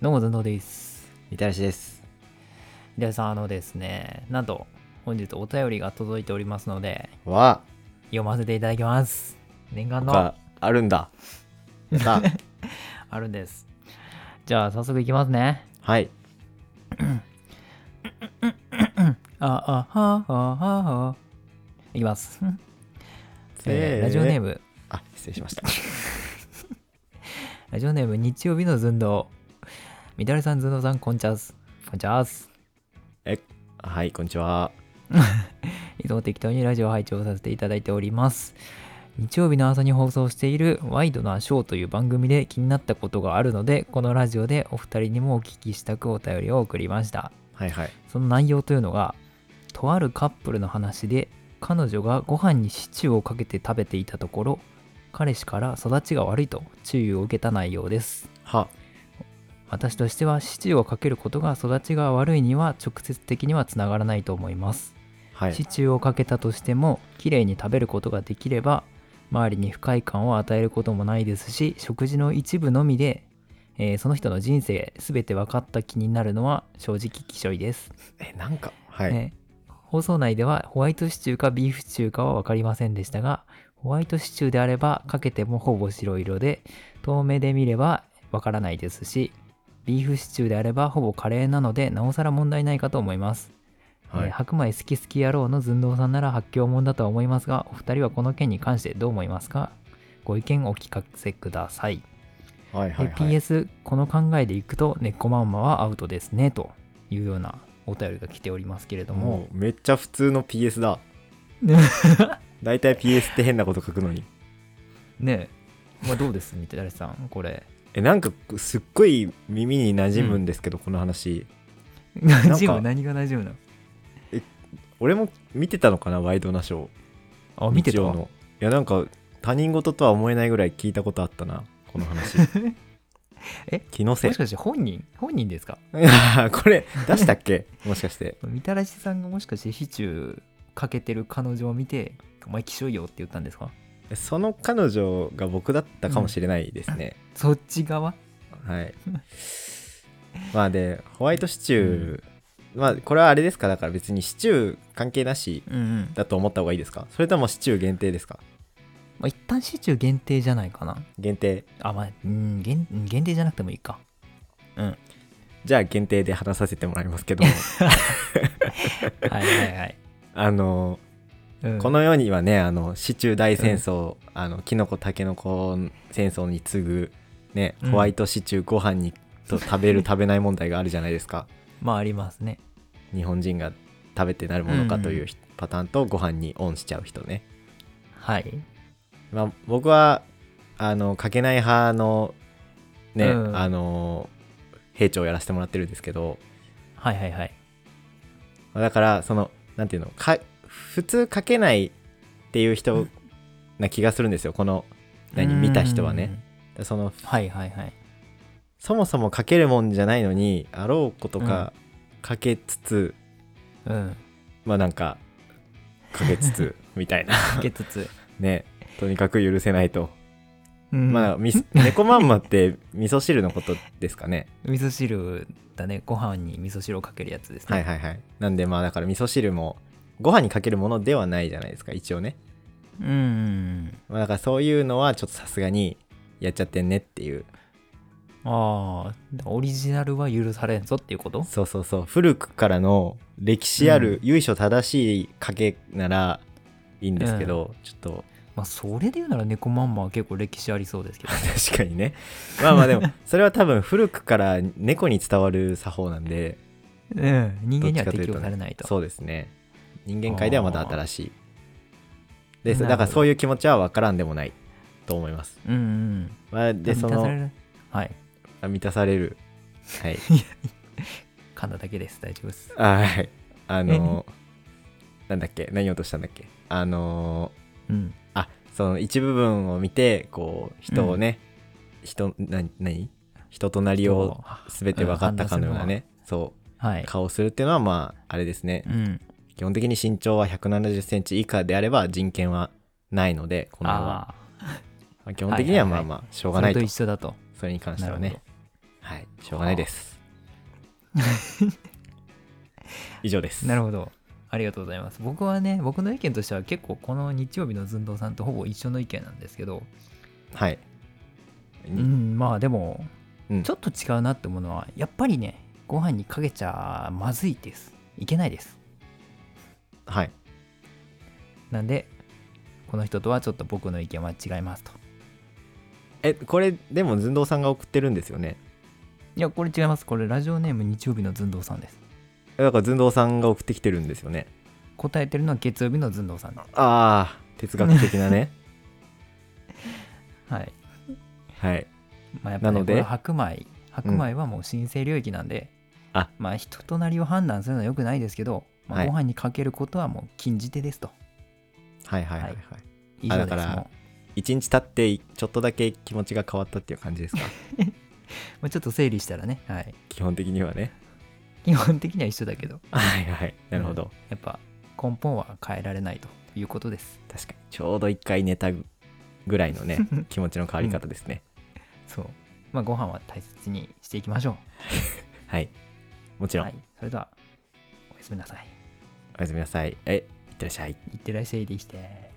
どうもずんどうです。みたらしです。ではさん、あのですね、なんと本日お便りが届いておりますので、わ読ませていただきます。念願の他ある んだ。やったあるんです。じゃあ早速いきますね。はい。ああはあはあはあ。いきます。 えーラジオネーム。ム、あ、失礼しました。ラジオネーム日曜日のずんどう。みだれさん、ずんどうさん、こんちゃす。こんちゃす。え、はい、こんにちは。いつも適当にラジオ配置をさせていただいております。日曜日の朝に放送しているワイドなショーという番組で気になったことがあるので、このラジオでお二人にもお聞きしたくお便りを送りました。はいはい。その内容というのが、とあるカップルの話で、彼女がご飯にシチューをかけて食べていたところ、彼氏から育ちが悪いと注意を受けた内容です。は、私としてはシチューをかけることが育ちが悪いには直接的にはつながらないと思います。はいシ。チューをかけたとしても綺麗に食べることができれば周りに不快感を与えることもないですし食事の一部のみで、えーその人の人生全て分かった気になるのは正直きしょいです、え、なんか、はい。ね放送内ではホワイトシチューかビーフシチューかは分かりませんでしたがホワイトシチューであればかけてもほぼ白色で遠目で見れば分からないですしビーフシチューであればほぼカレーなのでなおさら問題ないかと思いますはえーい。白米好き好き野郎の寸胴さんなら発狂もんだとは思いますがお二人はこの件に関してどう思いますかご意見お聞かせください、はいではいはい。 PS この考えでいくとネコマンマはアウトですねというようなお便りが来ておりますけれどもも、う、めっちゃ普通の PS だ。だいたい PS って変なこと書くのに。ねえ、まあ、どうですみたいなさんこれえ、なんか、すっごい耳に馴染むんですけど、この話。大丈夫何が大丈夫なの俺も見てたのかな、ワイドナショー。あ見て日た曜のいやなんか他人事とは思えないぐらい聞いたことあったなこ の話え気のせもいしかして本人本人ですか これ出したっけもしかしてみたらしさんがもしかしてシチューかけてる彼女を見てお前きしょいよって言ったんですかその彼女が僕だったかもしれないですね、そっち側はいまあでホワイトシチュー、まあこれはあれですかだから別にシチュー関係なしうんうんだと思った方がいいですかそれともシチュー限定ですかまあ、一旦シチュー限定じゃないかな。限定あ、まあ、うん限、限定じゃなくてもいい か。うん。じゃあ限定で話させてもらいますけ どはいはいはい。あのうん、この世にはねあの市中大戦争、あのキノコタケノコ戦争に次ぐ、ねうんホワイトシチューご飯にと食べる食べない問題があるじゃないですかまあありますね。日本人が食べてなるものかとうんいううパターンとご飯にオンしちゃう人ね、はい。まあ、僕はあのかけない派のね、うんあの兵長をやらせてもらってるんですけどはいはいはい。まあだからそのなんていうのか普通かけないっていう人な気がするんですよこの何見た人はねそのうん。はいはいはい。そもそもかけるもんじゃないのにあろうことかかけつつ、うん。まあなんかかけつつみたいな 受けつつ。ねとにかく許せないと、うんまあ みそ猫まんまって味噌汁のことですかね味噌汁だね。ご飯に味噌汁をかけるやつですね。はいはいはいなんでまあだから味噌汁もご飯にかけるものではないじゃないですか一応ね、うんうんうん。まあ、だからそういうのはちょっとさすがにやっちゃってんねっていうああ、オリジナルは許されんぞっていうことそうそうそう古くからの歴史ある由緒正しいかけならいいんですけど、ちょっとまあそれで言うなら猫まんまは結構歴史ありそうですけど。 確かにねまあまあでもそれは多分古くから猫に伝わる作法なんでうん。人間にはどっちかという適とね用されないと。そうですね人間界ではまだ新しいでなるほすどだからそういう気持ちは分からんでもないと思います、うんうん。まあ、で満そたされのるはい。あ満たされる はい噛んだだけです。大丈夫です。あはいあのなんだっけ何をとしたんだっけあのうん。あその一部分を見てこう人をね、人な何人となりを全て分かったかのようなね、そうはい。顔をするっていうのはまああれですね、うん。基本的に身長は1 7 0センチ以下であれば人権はないのでこの世はああ、まあ基本的にははいはまいはあいまあしょうがそなれいとと一緒だと。それに関してはねはいししょうがないです。 以上です。なるほほど。ありがとうございます。僕はね、僕の意見としては結構この日曜日の寸胴さんとほぼ一緒の意見なんですけど、ど。はい。うにん、まあでも、うんちょっと違うなって思うのは、やっぱりね、ご飯にかけちゃまずいです。いけないです。はい。なんで、この人とはちょっと僕の意見は違いますと。え、これ、でも、寸胴さんが送ってるんですよね。いや、これ違います。これラジオネーム日曜日の寸胴さんです。えだから、寸胴さんが送ってきてるんですよね。答えてるのは月曜日の寸胴さんです。ああ、哲学的 なね。はい。はい。まあ、やっぱり、なね、のでこれは白米白米はもう神聖領域なんで、あまあ人となりを判断するのはよくないですけど、まはあ、いご飯にかけることはもう禁じ手ですと、はいはいはいはいは。以上ですだからも一日経って、ちょっとだけ気持ちが変わったっていう感じ ですか。うまあちょっと整理したらね、はい、基本的にはね。基本的には一緒だけどはいはい。なるほど。やっぱ根本は変えられないということです確かに。ちょうど一回寝たぐらい のね、気持ちの変わり方ですね。そうまあご飯は大切にしていきましょはい。もちう、ろん、はい、それではおやすみなさいおやすみなさい。え、いってらっしゃい。いってらっしゃいでして